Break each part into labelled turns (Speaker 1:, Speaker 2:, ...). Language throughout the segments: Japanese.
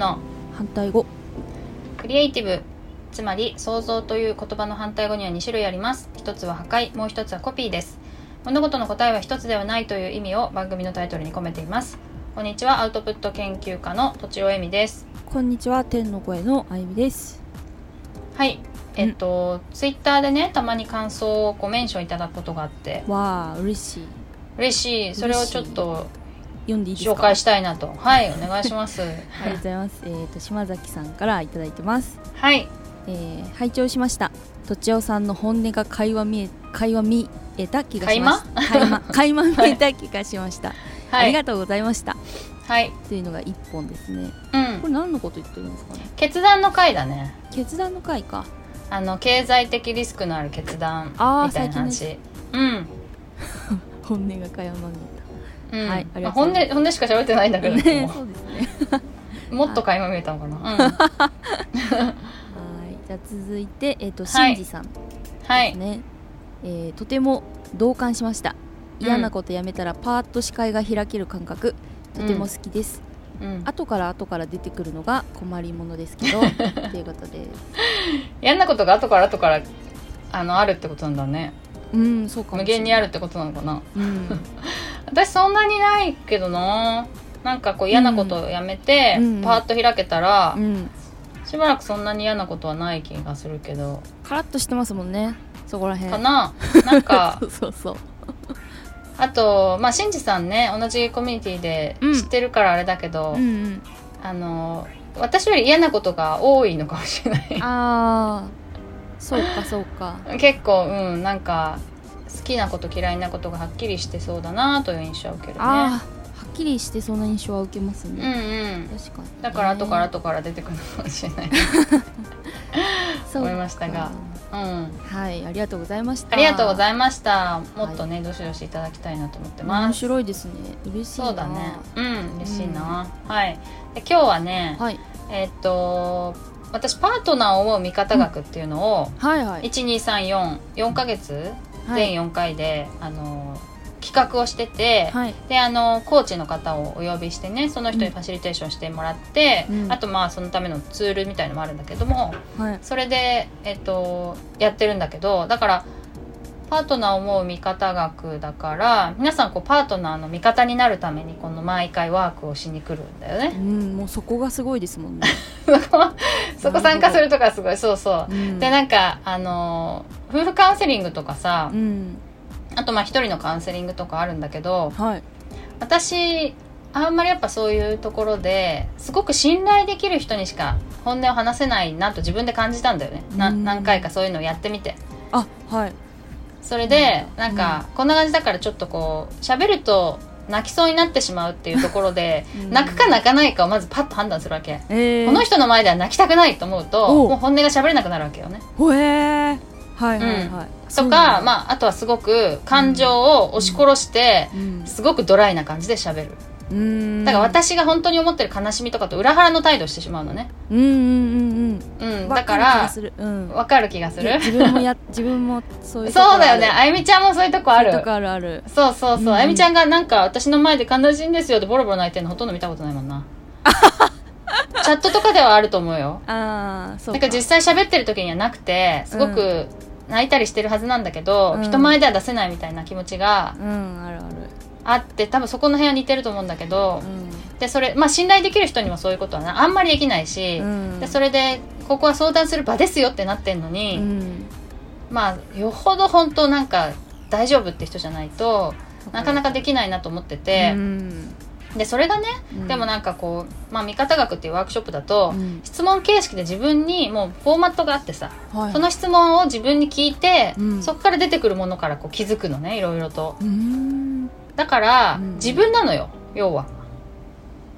Speaker 1: 反対語
Speaker 2: クリエイティブつまり創造という言葉の反対語には2種類あります一つは破壊もう一つはコピーです物事の答えは一つではないという意味を番組のタイトルに込めていますこんにちはアウトプット研究家のとちおえみです
Speaker 1: こんにちは天の声のあゆみです
Speaker 2: はいえっとツイッターでねたまに感想をごメンションいただくことがあって
Speaker 1: わあ嬉しい
Speaker 2: 嬉しいそれをちょっと
Speaker 1: 読んでいいです
Speaker 2: 紹
Speaker 1: か
Speaker 2: 介したいなとはいお願いします
Speaker 1: ありがとうございますえっ、と島崎さんからいただいてます
Speaker 2: はい
Speaker 1: えー、拝聴しましたとちおさんの本音が会話見え会話見えた気がしました 会話会話見えた気がしました、あ
Speaker 2: は
Speaker 1: り
Speaker 2: い
Speaker 1: がとうございました
Speaker 2: はい
Speaker 1: というのが一本ですね
Speaker 2: うん
Speaker 1: これ何のこと言ってるんですかね
Speaker 2: 決断の回だね
Speaker 1: 決断の回か
Speaker 2: あの経済的リスクのある決断み
Speaker 1: あー
Speaker 2: たいな話、うん
Speaker 1: 本音が会話見
Speaker 2: うん
Speaker 1: はいあ
Speaker 2: ま
Speaker 1: りがとうございます
Speaker 2: あ本音本音しか喋ってないんだ
Speaker 1: え
Speaker 2: けど、
Speaker 1: たね
Speaker 2: も
Speaker 1: そうですね
Speaker 2: もっと垣間見えたのかな、うん、
Speaker 1: はいじゃあ続いてえっ、と
Speaker 2: はい
Speaker 1: しんじさん
Speaker 2: はい
Speaker 1: ね、えーとても同感しました
Speaker 2: うん
Speaker 1: 嫌なことやめたらパーッと視界が開ける感覚とても好きです、
Speaker 2: うん、
Speaker 1: 後から後から出てくるの が困りものですけどっていうことで
Speaker 2: 嫌なことが後から後からあのあるってことなんだね
Speaker 1: うんそうかも
Speaker 2: 無
Speaker 1: しれない
Speaker 2: 限にあるってことなのかな
Speaker 1: うん、
Speaker 2: 私そんなにないけどななんかこう嫌なことをやめて、
Speaker 1: うん
Speaker 2: パーッと開けたら
Speaker 1: う、ん、
Speaker 2: しばらくそんなに嫌なことはない気がするけど、
Speaker 1: カラッとしてますもんねそこらへん
Speaker 2: かななんか
Speaker 1: そうそうそう
Speaker 2: あとまあしんじさんね同じコミュニティで
Speaker 1: うん
Speaker 2: 知ってるからあれだけど、
Speaker 1: うん
Speaker 2: あの私より嫌なことが多いのかもしれな
Speaker 1: うん
Speaker 2: い
Speaker 1: ああそうかそうか
Speaker 2: 結構うんなんか好きなこと嫌いなことがはっきりしてそうだなという印象を受けるね
Speaker 1: ああはっきりしてそんな印象は受けます
Speaker 2: うん
Speaker 1: ね、
Speaker 2: うん
Speaker 1: 確かに
Speaker 2: だから後から後から出てくるのかもしれない
Speaker 1: と
Speaker 2: 思いましたがうん
Speaker 1: はいありがとうございました
Speaker 2: ありがとうございましたもっとね、どしどしいただきたいなと思ってま
Speaker 1: 面
Speaker 2: す
Speaker 1: 白いですね嬉しいな
Speaker 2: そうだねうん嬉しいな、はいで今日はね、
Speaker 1: はい
Speaker 2: えっと私パートナーを思う見方学っていうのを、
Speaker 1: はいはい
Speaker 2: 12344ヶ月
Speaker 1: は
Speaker 2: 全
Speaker 1: い
Speaker 2: 4回で、あの企画をしてて、
Speaker 1: はい
Speaker 2: であのコーチの方をお呼びしてねその人にファシリテーションしてもらって、
Speaker 1: うん
Speaker 2: あとまあそのためのツールみたいのもあるんだけども
Speaker 1: はい
Speaker 2: それで、えっと、やってるんだけどだからパートナーを思う見方学だから皆さんこうパートナーの味方になるためにこの毎回ワークをしに来るんだよ
Speaker 1: う
Speaker 2: ね。
Speaker 1: んもうそこがすごいですもんね、
Speaker 2: そこ参加するとかすごいそうそうう。
Speaker 1: ん、
Speaker 2: でなんかあの夫婦カウンセリングとかさ、
Speaker 1: うん
Speaker 2: あとまあ一人のカウンセリングとかあるんだけど
Speaker 1: はい
Speaker 2: 私あんまりやっぱそういうところですごく信頼できる人にしか本音を話せないなと自分で感じたんだよねな
Speaker 1: うん
Speaker 2: 何回かそういうのをやってみて
Speaker 1: あはい
Speaker 2: それで
Speaker 1: うん
Speaker 2: なんかこんな感じだからちょっとこう喋ると泣きそうになってしまうっていうところで
Speaker 1: うん
Speaker 2: 泣くか泣かないかをまずパッと判断するわけ
Speaker 1: えー、
Speaker 2: この人の前では泣きたくないと思う
Speaker 1: お
Speaker 2: と
Speaker 1: う
Speaker 2: もう本音が喋れなくなるわけよね
Speaker 1: ほえー、はいはいはい、
Speaker 2: とかまああとはすごく感情を押し殺して
Speaker 1: あうん
Speaker 2: すごくドライな感じで喋る
Speaker 1: うん
Speaker 2: だから私が本当に思ってる悲しみとかと裏腹の態度をしてしまうのね。
Speaker 1: うんうんうん
Speaker 2: う、
Speaker 1: うんん
Speaker 2: だか
Speaker 1: わる気が
Speaker 2: ら
Speaker 1: す、るうん
Speaker 2: わかる気がする。
Speaker 1: 自分 もや自分もそういうとこ
Speaker 2: そうだよね。
Speaker 1: ある
Speaker 2: あゆみちゃんもそういうとこあ
Speaker 1: そうい
Speaker 2: る
Speaker 1: う。とこあるある
Speaker 2: そうそうそうう。
Speaker 1: ん
Speaker 2: あゆみちゃんがなんか私の前で悲しいんですよってボロボロ泣いてるのほとんど見たことないもん な。チャットとかではあると思うよ。
Speaker 1: ああそう
Speaker 2: なんか実際喋ってる時にはなくて、すごく泣いたりしてるはずなんだけど、
Speaker 1: うん
Speaker 2: 人前では出せないみたいな気持ちが
Speaker 1: うんあるある
Speaker 2: あって、多分そこの辺は似てると思うんだけど
Speaker 1: う、ん
Speaker 2: で、それ、まあ信頼できる人にもそういうことはなあんまりできないし、
Speaker 1: うん
Speaker 2: でそれでここは相談する場ですよってなってんの
Speaker 1: う
Speaker 2: に、
Speaker 1: ん
Speaker 2: まあよほど本当なんか大丈夫って人じゃないとなかなかできないなと思ってて
Speaker 1: う、ん
Speaker 2: でそれがね、
Speaker 1: うん
Speaker 2: でもなんかこう、まあ、見方学っていうワークショップだと、
Speaker 1: うん
Speaker 2: 質問形式で自分にもうフォーマットがあってさ、
Speaker 1: はい
Speaker 2: その質問を自分に聞いて、
Speaker 1: うん
Speaker 2: そこから出てくるものからこう気づくのねいろいろと
Speaker 1: うーん
Speaker 2: だから、
Speaker 1: うん
Speaker 2: 自分なのよ要は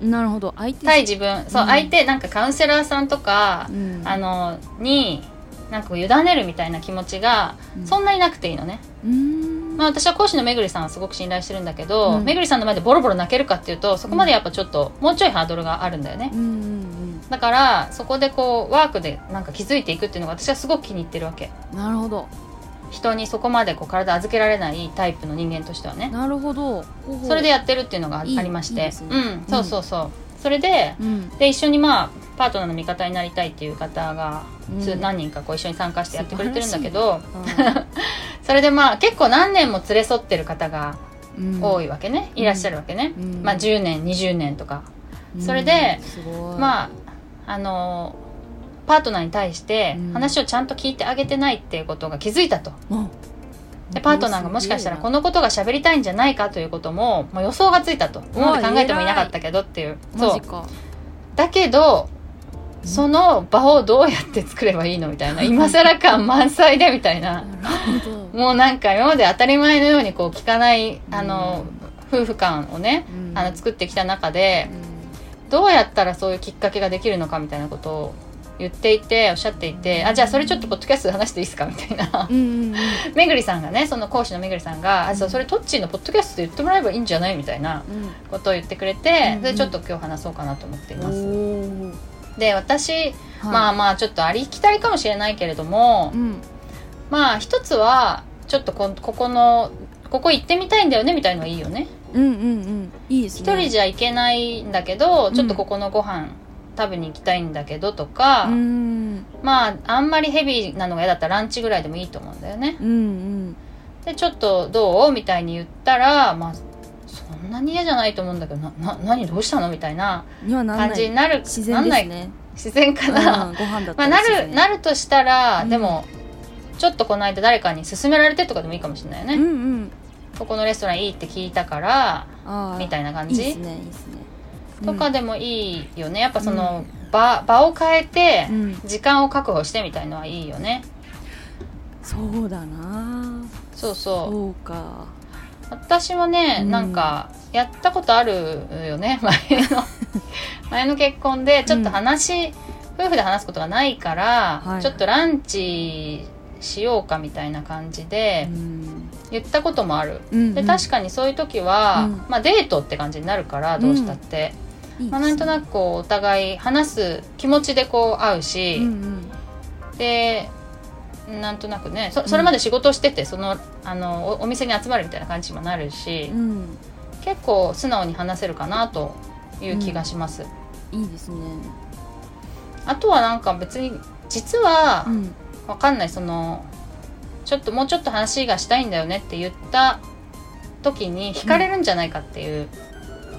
Speaker 1: なるほど相手
Speaker 2: 対自分そう、
Speaker 1: うん
Speaker 2: 相手なんかカウンセラーさんとか
Speaker 1: う、ん
Speaker 2: あのになんかこう委ねるみたいな気持ちが
Speaker 1: うん
Speaker 2: そんなになくていいのね、
Speaker 1: うーん
Speaker 2: まあ、私は講師のめぐりさんはすごく信頼してるんだけど、
Speaker 1: うん
Speaker 2: めぐりさんの前でボロボロ泣けるかっていうとそこまでやっぱちょっともうちょいハードルがあるんだよね
Speaker 1: うんうん
Speaker 2: だからそこでこうワークでなんか気づいていくっていうのが私はすごく気に入ってるわけ
Speaker 1: うんなるほど
Speaker 2: 人にそこまでこう体預けられないタイプの人間としてはね
Speaker 1: なるほどほうほう
Speaker 2: それでやってるっていうのがあ
Speaker 1: いい
Speaker 2: ありまして
Speaker 1: いいですね
Speaker 2: うんそうそうそう、それで
Speaker 1: うん
Speaker 2: で一緒にまあパートナーの味方になりたいっていう方が、
Speaker 1: うん
Speaker 2: 数何人かこう一緒に参加してやってくれてるんだけど、
Speaker 1: あ
Speaker 2: それでまあ結構何年も連れ添ってる方が
Speaker 1: ーう ん
Speaker 2: 多いわけね、
Speaker 1: うん
Speaker 2: いらっしゃるわけね、
Speaker 1: うん
Speaker 2: まあ10年20年とか、
Speaker 1: うん
Speaker 2: それです
Speaker 1: ごい
Speaker 2: まああのパートナーに対して
Speaker 1: うん
Speaker 2: 話をちゃんと聞いてあげてないっていうことが気づいたと、
Speaker 1: もう
Speaker 2: でパートナーがもしかしたらこのことが喋りたいんじゃないかということももう予想がついたと今まで考えてもいなかったけどっていう
Speaker 1: マ
Speaker 2: そ
Speaker 1: ジ
Speaker 2: う
Speaker 1: か
Speaker 2: だけど
Speaker 1: うん
Speaker 2: その場をどうやって作ればいいのみたいな今更感満載でみたいな
Speaker 1: なるほ ど
Speaker 2: もうなんか今まで当たり前のようにこう聞かないあの夫婦間をね
Speaker 1: うん
Speaker 2: あの作ってきた中で
Speaker 1: う
Speaker 2: どうやったらそういうきっかけができるのかみたいなことを言っていておっしゃっていてあじゃあそれちょっとポッドキャストで話していいですかみたいなん
Speaker 1: うんうんうん
Speaker 2: めぐりさんがねその講師のめぐりさんが「あそうそれトッチーのポッドキャストで言ってもらえばいいんじゃない?」みたいなことを言ってくれて
Speaker 1: うん
Speaker 2: それちょっと今日話そうかなと思っています。
Speaker 1: うんおー
Speaker 2: で私ま
Speaker 1: は
Speaker 2: あまあちょっとありきたりかもしれないけれども
Speaker 1: いうん
Speaker 2: まあ一つはちょっとこここのここ行ってみたいんだよねみたいのはいいよね。
Speaker 1: うんうんうんいいです
Speaker 2: 一
Speaker 1: ね
Speaker 2: 人じゃ行けないんだけど
Speaker 1: うん
Speaker 2: ちょっとここのご飯食べに行きたいんだけどとか、
Speaker 1: うん
Speaker 2: まああんまりヘビーなのが嫌だったらランチぐらいでもいいと思うんだよね。
Speaker 1: うんうん
Speaker 2: でちょっとどうみたいに言ったらまあそんなに嫌じゃないと思うんだけどなな何どうしたのみたいな
Speaker 1: にはなんない
Speaker 2: 感じになる
Speaker 1: 自然です
Speaker 2: なんない
Speaker 1: ね
Speaker 2: 自然か
Speaker 1: うんご
Speaker 2: な、
Speaker 1: 飯だっ
Speaker 2: まあ
Speaker 1: た
Speaker 2: な
Speaker 1: ら自然
Speaker 2: るなるとしたら、
Speaker 1: うん
Speaker 2: でもちょっとこの間誰かに勧められてとかでもいいかもしれないよね、
Speaker 1: うんうん
Speaker 2: ここのレストランいいって聞いたから
Speaker 1: あー
Speaker 2: みたいな感
Speaker 1: いい
Speaker 2: じ
Speaker 1: ですねいいですね
Speaker 2: とかでもいいよねやっぱその、場場を変えて
Speaker 1: うんうん
Speaker 2: 時間を確保してみたいのはいいよね
Speaker 1: そうだな
Speaker 2: そうそう
Speaker 1: そうか
Speaker 2: 私もね、
Speaker 1: うん
Speaker 2: なんかやったことあるよね 前 の前の結婚でちょっと話、夫婦で話すことがないから、
Speaker 1: はい
Speaker 2: ちょっとランチしようかみたいな感じで
Speaker 1: うん
Speaker 2: 言ったこともある、
Speaker 1: うん
Speaker 2: で確かにそういう時は、
Speaker 1: うん
Speaker 2: まあ、デートって感じになるからどうしたって、
Speaker 1: に
Speaker 2: まあ、なんとなくこうお互い話す気持ちでこう会うし、
Speaker 1: うん
Speaker 2: でなんとなくねそそれまで仕事しててそのあのおお店に集まるみたいな感じにもなるし、
Speaker 1: うんうん
Speaker 2: 結構素直に話せるかなという気がします、
Speaker 1: いいですね
Speaker 2: あとはなんか別に実は
Speaker 1: うん
Speaker 2: わかんないそのちょっともうちょっと話がしたいんだよねって言った時に惹かれるんじゃないかっていう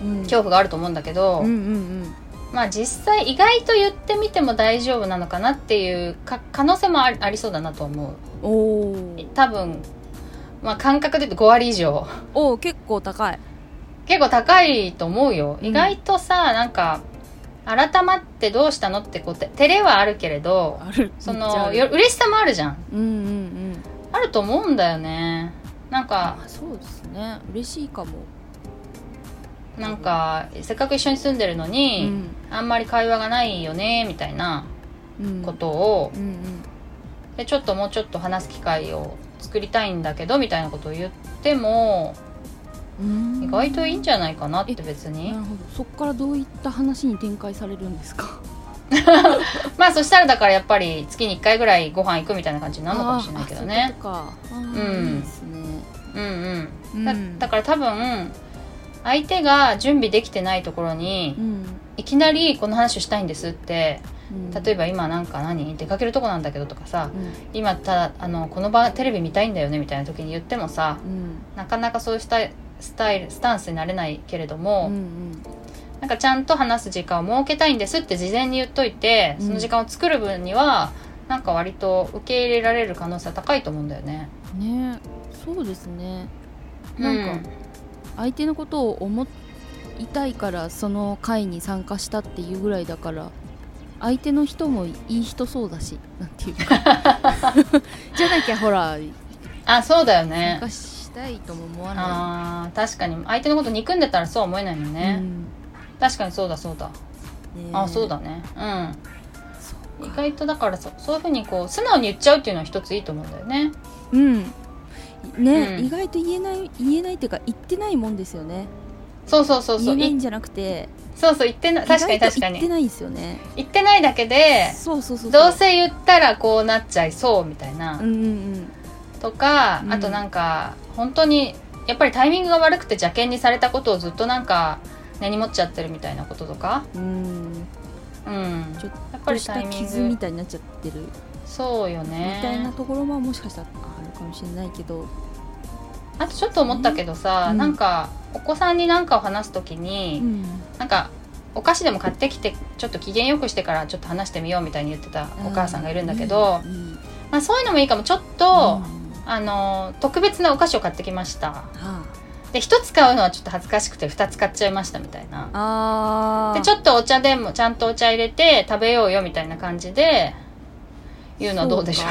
Speaker 1: うん
Speaker 2: 恐怖があると思うんだけど、
Speaker 1: うんうん
Speaker 2: まあ実際意外と言ってみても大丈夫なのかなっていうか可能性もありありそうだなと思
Speaker 1: うんお
Speaker 2: う
Speaker 1: ー
Speaker 2: 多分まあ感覚で言うと5割以上
Speaker 1: おー結構高い
Speaker 2: 結構高いと思うよ
Speaker 1: うん
Speaker 2: 意外とさなんか改まってどうしたのってこうて照れはあるけれど
Speaker 1: ある
Speaker 2: そ
Speaker 1: めっちゃあ
Speaker 2: の
Speaker 1: る
Speaker 2: よ嬉しさもあるじゃん
Speaker 1: うんうんうん
Speaker 2: あると思うんだよねなん
Speaker 1: あ
Speaker 2: か
Speaker 1: そうですね嬉しいかも
Speaker 2: なんかせっかく一緒に住んでるの
Speaker 1: う
Speaker 2: に、
Speaker 1: ん
Speaker 2: あんまり会話がないよねみたいな
Speaker 1: うん
Speaker 2: ことを
Speaker 1: う、んうん
Speaker 2: でちょっともうちょっと話す機会を作りたいんだけどみたいなことを言っても
Speaker 1: うん
Speaker 2: 意外といいんじゃないかなって別に、
Speaker 1: なるほどそこからどういった話に展開されるんですか
Speaker 2: まあそしたらだからやっぱり月に1回ぐらいご飯行くみたいな感じになるのかもしれないけどね
Speaker 1: あーあそういう
Speaker 2: うん
Speaker 1: ことかあーいいですね
Speaker 2: うん
Speaker 1: う
Speaker 2: うんんだだから多分相手が準備できてないところに
Speaker 1: うん
Speaker 2: いきなりこの話をしたいんですって
Speaker 1: うん
Speaker 2: 例えば今なんか何出かけるとこなんだけどとかさ
Speaker 1: うん
Speaker 2: 今たあのこの場テレビ見たいんだよねみたいな時に言ってもさ
Speaker 1: うん
Speaker 2: なかなかそういうスタイスタイルスタンスになれないけれども、
Speaker 1: うん
Speaker 2: なんかちゃんと話す時間を設けたいんですって事前に言っといて
Speaker 1: うん
Speaker 2: その時間を作る分には、なんか割と受け入れられる可能性は高いと思うんだよね。
Speaker 1: うんねそうですねなんか相手のことを思いたいからその会に参加したっていうぐらいだから相手の人もいい人そうだしなんていう かじゃなきゃほら
Speaker 2: あそうだよ
Speaker 1: 参
Speaker 2: ね。
Speaker 1: 加したいとも思わな
Speaker 2: あー確かに相手のこと憎んでたらそうは思えないもん
Speaker 1: い
Speaker 2: ね、
Speaker 1: うんね
Speaker 2: 確かにそうだそうだ、
Speaker 1: え
Speaker 2: あそうだねうん
Speaker 1: そう
Speaker 2: 意
Speaker 1: か
Speaker 2: 外とだからそそういうふうにこう素直に言っちゃうっていうのは一ついいと思うんだよね
Speaker 1: うんね、
Speaker 2: うん
Speaker 1: 意外と言えない言えないっていうか言ってないもんですよね
Speaker 2: そうそうそうそ
Speaker 1: 言え
Speaker 2: う
Speaker 1: ない
Speaker 2: い
Speaker 1: んじゃなくて
Speaker 2: そうそう言ってない確かに
Speaker 1: 意外と
Speaker 2: 確かに
Speaker 1: 言ってないんですよね
Speaker 2: 言ってないだけで
Speaker 1: そうそうそう
Speaker 2: どうせ言ったらこうなっちゃいそうみたいな、
Speaker 1: うんうん
Speaker 2: とか
Speaker 1: うん
Speaker 2: あとなんか本当にやっぱりタイミングが悪くて邪険にされたことをずっとなんか根に持っちゃってるみたいなこととか、
Speaker 1: うん
Speaker 2: うん、
Speaker 1: ちょっ
Speaker 2: やっぱ
Speaker 1: と
Speaker 2: り
Speaker 1: し
Speaker 2: タ
Speaker 1: た
Speaker 2: イミン
Speaker 1: 傷
Speaker 2: グ
Speaker 1: みたいになっちゃってるみ
Speaker 2: そうよね
Speaker 1: たいなところももしかしたらあるかもしれないけど
Speaker 2: あとちょっと思ったけどさ、
Speaker 1: うん
Speaker 2: なんかお子さんに何かを話す時
Speaker 1: う
Speaker 2: に、
Speaker 1: ん
Speaker 2: なんかお菓子でも買ってきてちょっと機嫌よくしてからちょっと話してみようみたいに言ってたお母さんがいるんだけど、
Speaker 1: うんうん
Speaker 2: まあ、そういうのもいいかもちょっと、
Speaker 1: うん
Speaker 2: あの特別なお菓子を買ってきました
Speaker 1: は
Speaker 2: で1つ買うのはちょっと恥ずかしくて2つ買っちゃいましたみたいな
Speaker 1: ああー
Speaker 2: でちょっとお茶でもちゃんとお茶入れて食べようよみたいな感じで言うのはどうでしょ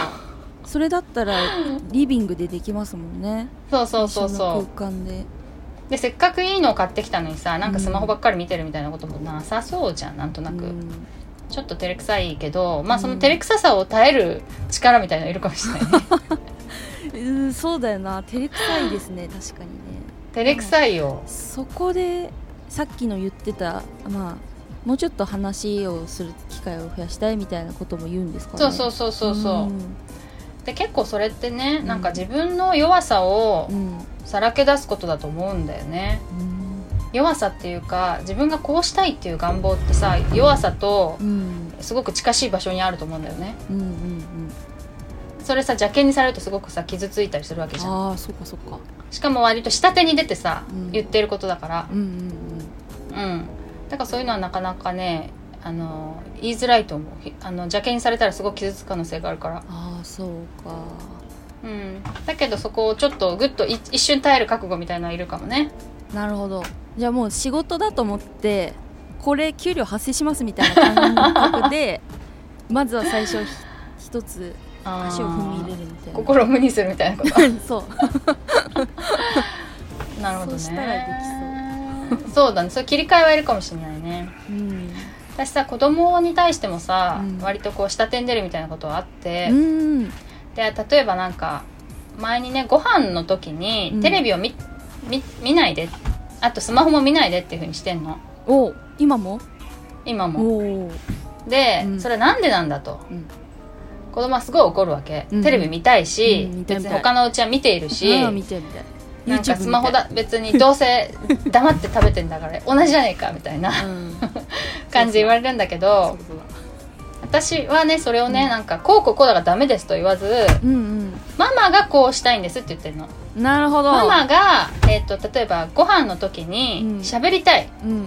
Speaker 2: う
Speaker 1: それだっ たらリビングでできますもんね
Speaker 2: そうそうそうそう
Speaker 1: 一緒の空間で
Speaker 2: でせっかくいいのを買ってきたのにさなんかスマホばっかり見てるみたいなこともなさそうじゃんなんとなく、
Speaker 1: うん
Speaker 2: ちょっと照れくさいけどまあその
Speaker 1: うん
Speaker 2: 照れくささを耐える力みたいなのいるかもしれない ね
Speaker 1: うんそうだよな照れくさいです ね確かにね
Speaker 2: 照れくさいよ
Speaker 1: そこでさっきの言ってたまあもうちょっと話をする機会を増やしたいみたいなことも言うんですかね
Speaker 2: そうそううそうそうそう、で結構それってね
Speaker 1: うん
Speaker 2: なんか自分の弱さを
Speaker 1: うん、うん
Speaker 2: さらけ出すことだと思うんだよね弱さっていうか自分がこうしたいっていう願望ってさ弱さと
Speaker 1: うん
Speaker 2: すごく近しい場所にあると思うんだよね
Speaker 1: うんうんうん
Speaker 2: それさ邪険にされるとすごくさ傷ついたりするわけじゃん
Speaker 1: ああそっかそっか
Speaker 2: しかも割と下手に出てさ、
Speaker 1: うん
Speaker 2: 言ってることだから
Speaker 1: うんうんうん
Speaker 2: うんだからそういうのはなかなかねあの言いづらいと思うひあの邪険にされたらすごく傷つく可能性があるから、
Speaker 1: ああそうか
Speaker 2: うん、だけどそこをちょっとぐっとい一瞬耐える覚悟みたいのはいるかもね
Speaker 1: なるほどじゃあもう仕事だと思ってこれ給料発生しますみたいな感覚 でまずは最初ひ一つ足を踏み入れ
Speaker 2: る
Speaker 1: るみたいな
Speaker 2: 心を無にするみたいなこと
Speaker 1: そう
Speaker 2: なるほどね
Speaker 1: そうしたらで
Speaker 2: きそうそうだねそれ切り替えはいるかもしれないね
Speaker 1: うん
Speaker 2: 私さ子供に対してもさ、
Speaker 1: うん
Speaker 2: 割とこう下手に出るみたいなことはあって、
Speaker 1: うん
Speaker 2: で例えばなんか前にねご飯の時に
Speaker 1: うん
Speaker 2: テレビを見,み、見ないであとスマホも見ないでっていうふうにしてんの
Speaker 1: おう今も
Speaker 2: 今も
Speaker 1: おお
Speaker 2: で、
Speaker 1: うん
Speaker 2: それなんでなんだと、
Speaker 1: うん
Speaker 2: 子供はすごい怒るわけ、
Speaker 1: うん
Speaker 2: テレビ見たいし、
Speaker 1: うん見たい
Speaker 2: 別に他のうちは見ているし、
Speaker 1: 見てみたい
Speaker 2: なんか
Speaker 1: YouTube
Speaker 2: スマホだ別にどうせ黙って食べてんだから同じじゃないかみた いな
Speaker 1: みたいうん
Speaker 2: 感じで言われるんだけど
Speaker 1: そうだ
Speaker 2: 私はねそれをね、
Speaker 1: うん
Speaker 2: なんかこうこうこうだからダメですと言わず
Speaker 1: うん
Speaker 2: ママがこうしたいんですって言ってるの
Speaker 1: うんなるほど
Speaker 2: ママが、えっと例えばご飯の時
Speaker 1: うん
Speaker 2: に喋りたい、
Speaker 1: うん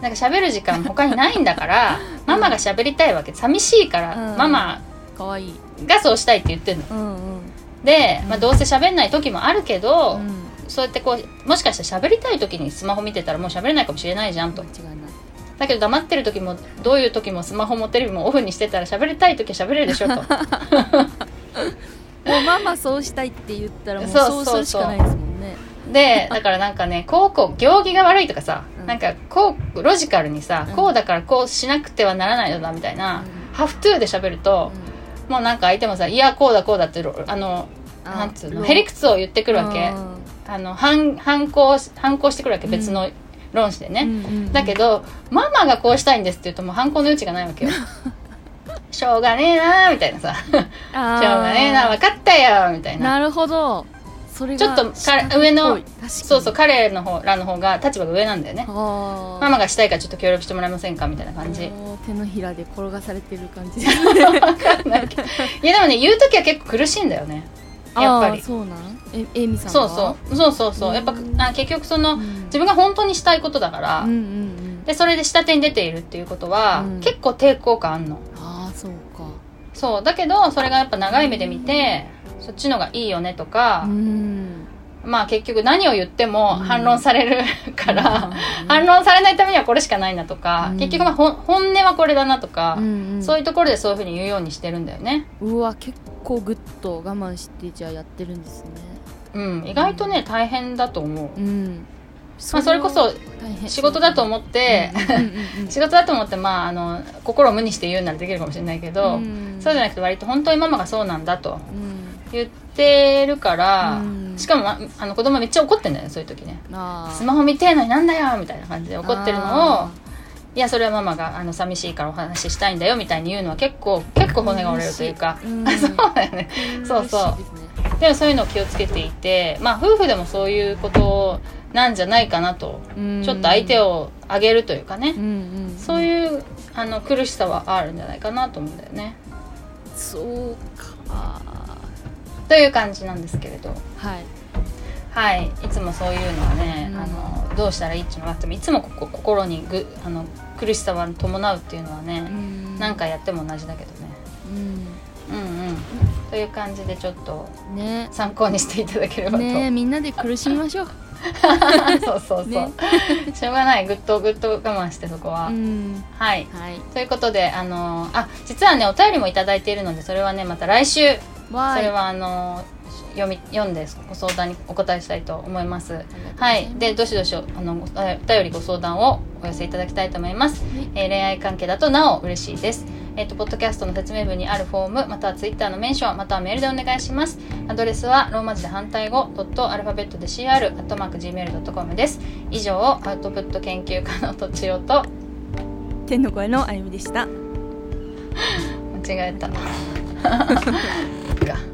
Speaker 2: なんか喋る時間他にないんだから ママが喋りたいわけ寂しいから、
Speaker 1: うん
Speaker 2: ママ
Speaker 1: かわいい
Speaker 2: がそうしたいって言ってるの
Speaker 1: うんうん
Speaker 2: で、ま
Speaker 1: う
Speaker 2: あ、
Speaker 1: ん
Speaker 2: どうせ喋んない時もあるけ
Speaker 1: う
Speaker 2: ど、
Speaker 1: ん
Speaker 2: そうやってこうもしかしたら喋りたい時にスマホ見てたらもう喋れないかもしれないじゃんと
Speaker 1: 間違いない
Speaker 2: だけど黙ってる時もどういう時もスマホもテレビもオフにしてたら喋りたい時は喋れるでしょと
Speaker 1: もうママそうしたいって言ったらもう
Speaker 2: そう
Speaker 1: そうするしかないですもんね
Speaker 2: でだからなんかねこうこう行儀が悪いとかさ、
Speaker 1: うん
Speaker 2: なんかこうロジカルにさ、
Speaker 1: うん
Speaker 2: こうだからこうしなくてはならないのだみたいな、ハフトゥーで喋ると、もうなんか相手もさ「いやこうだこうだ」ってろあのなんつうのへりく
Speaker 1: つ
Speaker 2: つを言ってく
Speaker 1: く
Speaker 2: るわけあの反反抗し反抗してくるわけ
Speaker 1: うん
Speaker 2: 別の論旨でね、だけ
Speaker 1: ど
Speaker 2: どママがこうしたいんですって言うともう反抗の余地がないわけよ しょうがねえなーみたいなさ「しょ
Speaker 1: しょう
Speaker 2: うがねえな分かったよ」みたいな
Speaker 1: なるほどそれが
Speaker 2: ちょっとか
Speaker 1: 下心っぽい
Speaker 2: 上の
Speaker 1: 確かに
Speaker 2: そうそう彼の方らの方が立場が上なんだよね
Speaker 1: あ
Speaker 2: ママがしたいからちょっと協力してもらえませんかみたいな感じ
Speaker 1: おー手のひらで転がされてる感じ
Speaker 2: わかんないけどいやでもね言う時は結構苦しいんだよねやっぱ
Speaker 1: あー
Speaker 2: り
Speaker 1: そうなんええみさん
Speaker 2: そう
Speaker 1: は
Speaker 2: そうそうそうそう
Speaker 1: うん
Speaker 2: やっぱあ結局その
Speaker 1: うん
Speaker 2: 自分が本当にしたいことだから、
Speaker 1: うんうんうん
Speaker 2: でそれで下手に出ているっていうことは、
Speaker 1: うん
Speaker 2: 結構抵抗感あんの
Speaker 1: ああそうか
Speaker 2: そうだけどそれがやっぱ長い目で見て、そっちのがいいよねとか
Speaker 1: う、ん
Speaker 2: まあ結局何を言っても
Speaker 1: うん
Speaker 2: 反論されるから、反
Speaker 1: る
Speaker 2: 論されないためにはこれしかないなとか、
Speaker 1: うん
Speaker 2: 結局まあほん本音はこれだなとか、
Speaker 1: うんうん
Speaker 2: そういうところでそういうふうに言うようにしてるんだよね
Speaker 1: うわ結構グッと我慢してじゃあやってるんですね
Speaker 2: うん意外とね大変だと思う、
Speaker 1: うん
Speaker 2: まあ、それこそ
Speaker 1: 大変
Speaker 2: 仕事だと思って、
Speaker 1: うんうん うんうん
Speaker 2: 仕事だと思ってまああの心を無にして言うならできるかもしれないけど、
Speaker 1: ん
Speaker 2: そうじゃなくて割と本当にママがそうなんだと
Speaker 1: うん
Speaker 2: 言ってるから、
Speaker 1: うん
Speaker 2: しかもまあの子供めっちゃ怒ってんだよねそういう時ね
Speaker 1: あー
Speaker 2: スマホ見てえのになんだよみたいな感じで怒ってるのを
Speaker 1: あ
Speaker 2: いやそれはママがあの寂しいからお話ししたいんだよみたいに言うのは結構結構骨が折れるというか
Speaker 1: うん
Speaker 2: そうだよね
Speaker 1: ー
Speaker 2: そうそう
Speaker 1: 苦しいですね
Speaker 2: でもそういうのを気をつけていて、まあ、夫婦でもそういうことなんじゃないかなと、
Speaker 1: うん
Speaker 2: ちょっと相手、を上げるというかね、
Speaker 1: うんうん、
Speaker 2: そういうあの苦しさはあるんじゃないかなと思うんだよね。
Speaker 1: そうか
Speaker 2: という感じなんですけれど、
Speaker 1: はい
Speaker 2: はい、いつもそういうのはね、
Speaker 1: うん
Speaker 2: あのどうしたらいいっていうのがあってもいつもここ心にぐあの苦しさは伴うっていうのはね、何回やっても同じだけどね。
Speaker 1: う
Speaker 2: うんうん、という感じでちょっと
Speaker 1: んね
Speaker 2: 参考にしていただければと、
Speaker 1: ねえみんなで苦しみましょう
Speaker 2: そうそうそう、
Speaker 1: ね
Speaker 2: しょうがないぐっとぐっと我慢してそこは、
Speaker 1: うん
Speaker 2: はい
Speaker 1: はい
Speaker 2: ということであのあ実はねお便りもいただいているのでそれはねまた来週
Speaker 1: わーい
Speaker 2: それはあの読み読んでご相談にお答えしたいと思います
Speaker 1: ありがとうござ
Speaker 2: はいい
Speaker 1: ます
Speaker 2: でどしどしおあのおお便りご相談をお寄せいただきたいと思います
Speaker 1: はい
Speaker 2: えー恋愛関係だとなお嬉しいです。えっ、と、ポッドキャストの説明文にあるフォーム、またはツイッターのメンション、またはメールでお願いします。アドレスは、ローマ字で反対語、ドットアルファベットで CR、アットマーク Gmail.com です。以上、アウトプット研究家のとちおと、
Speaker 1: 天の声のあゆみでした
Speaker 2: 間違えた。そっか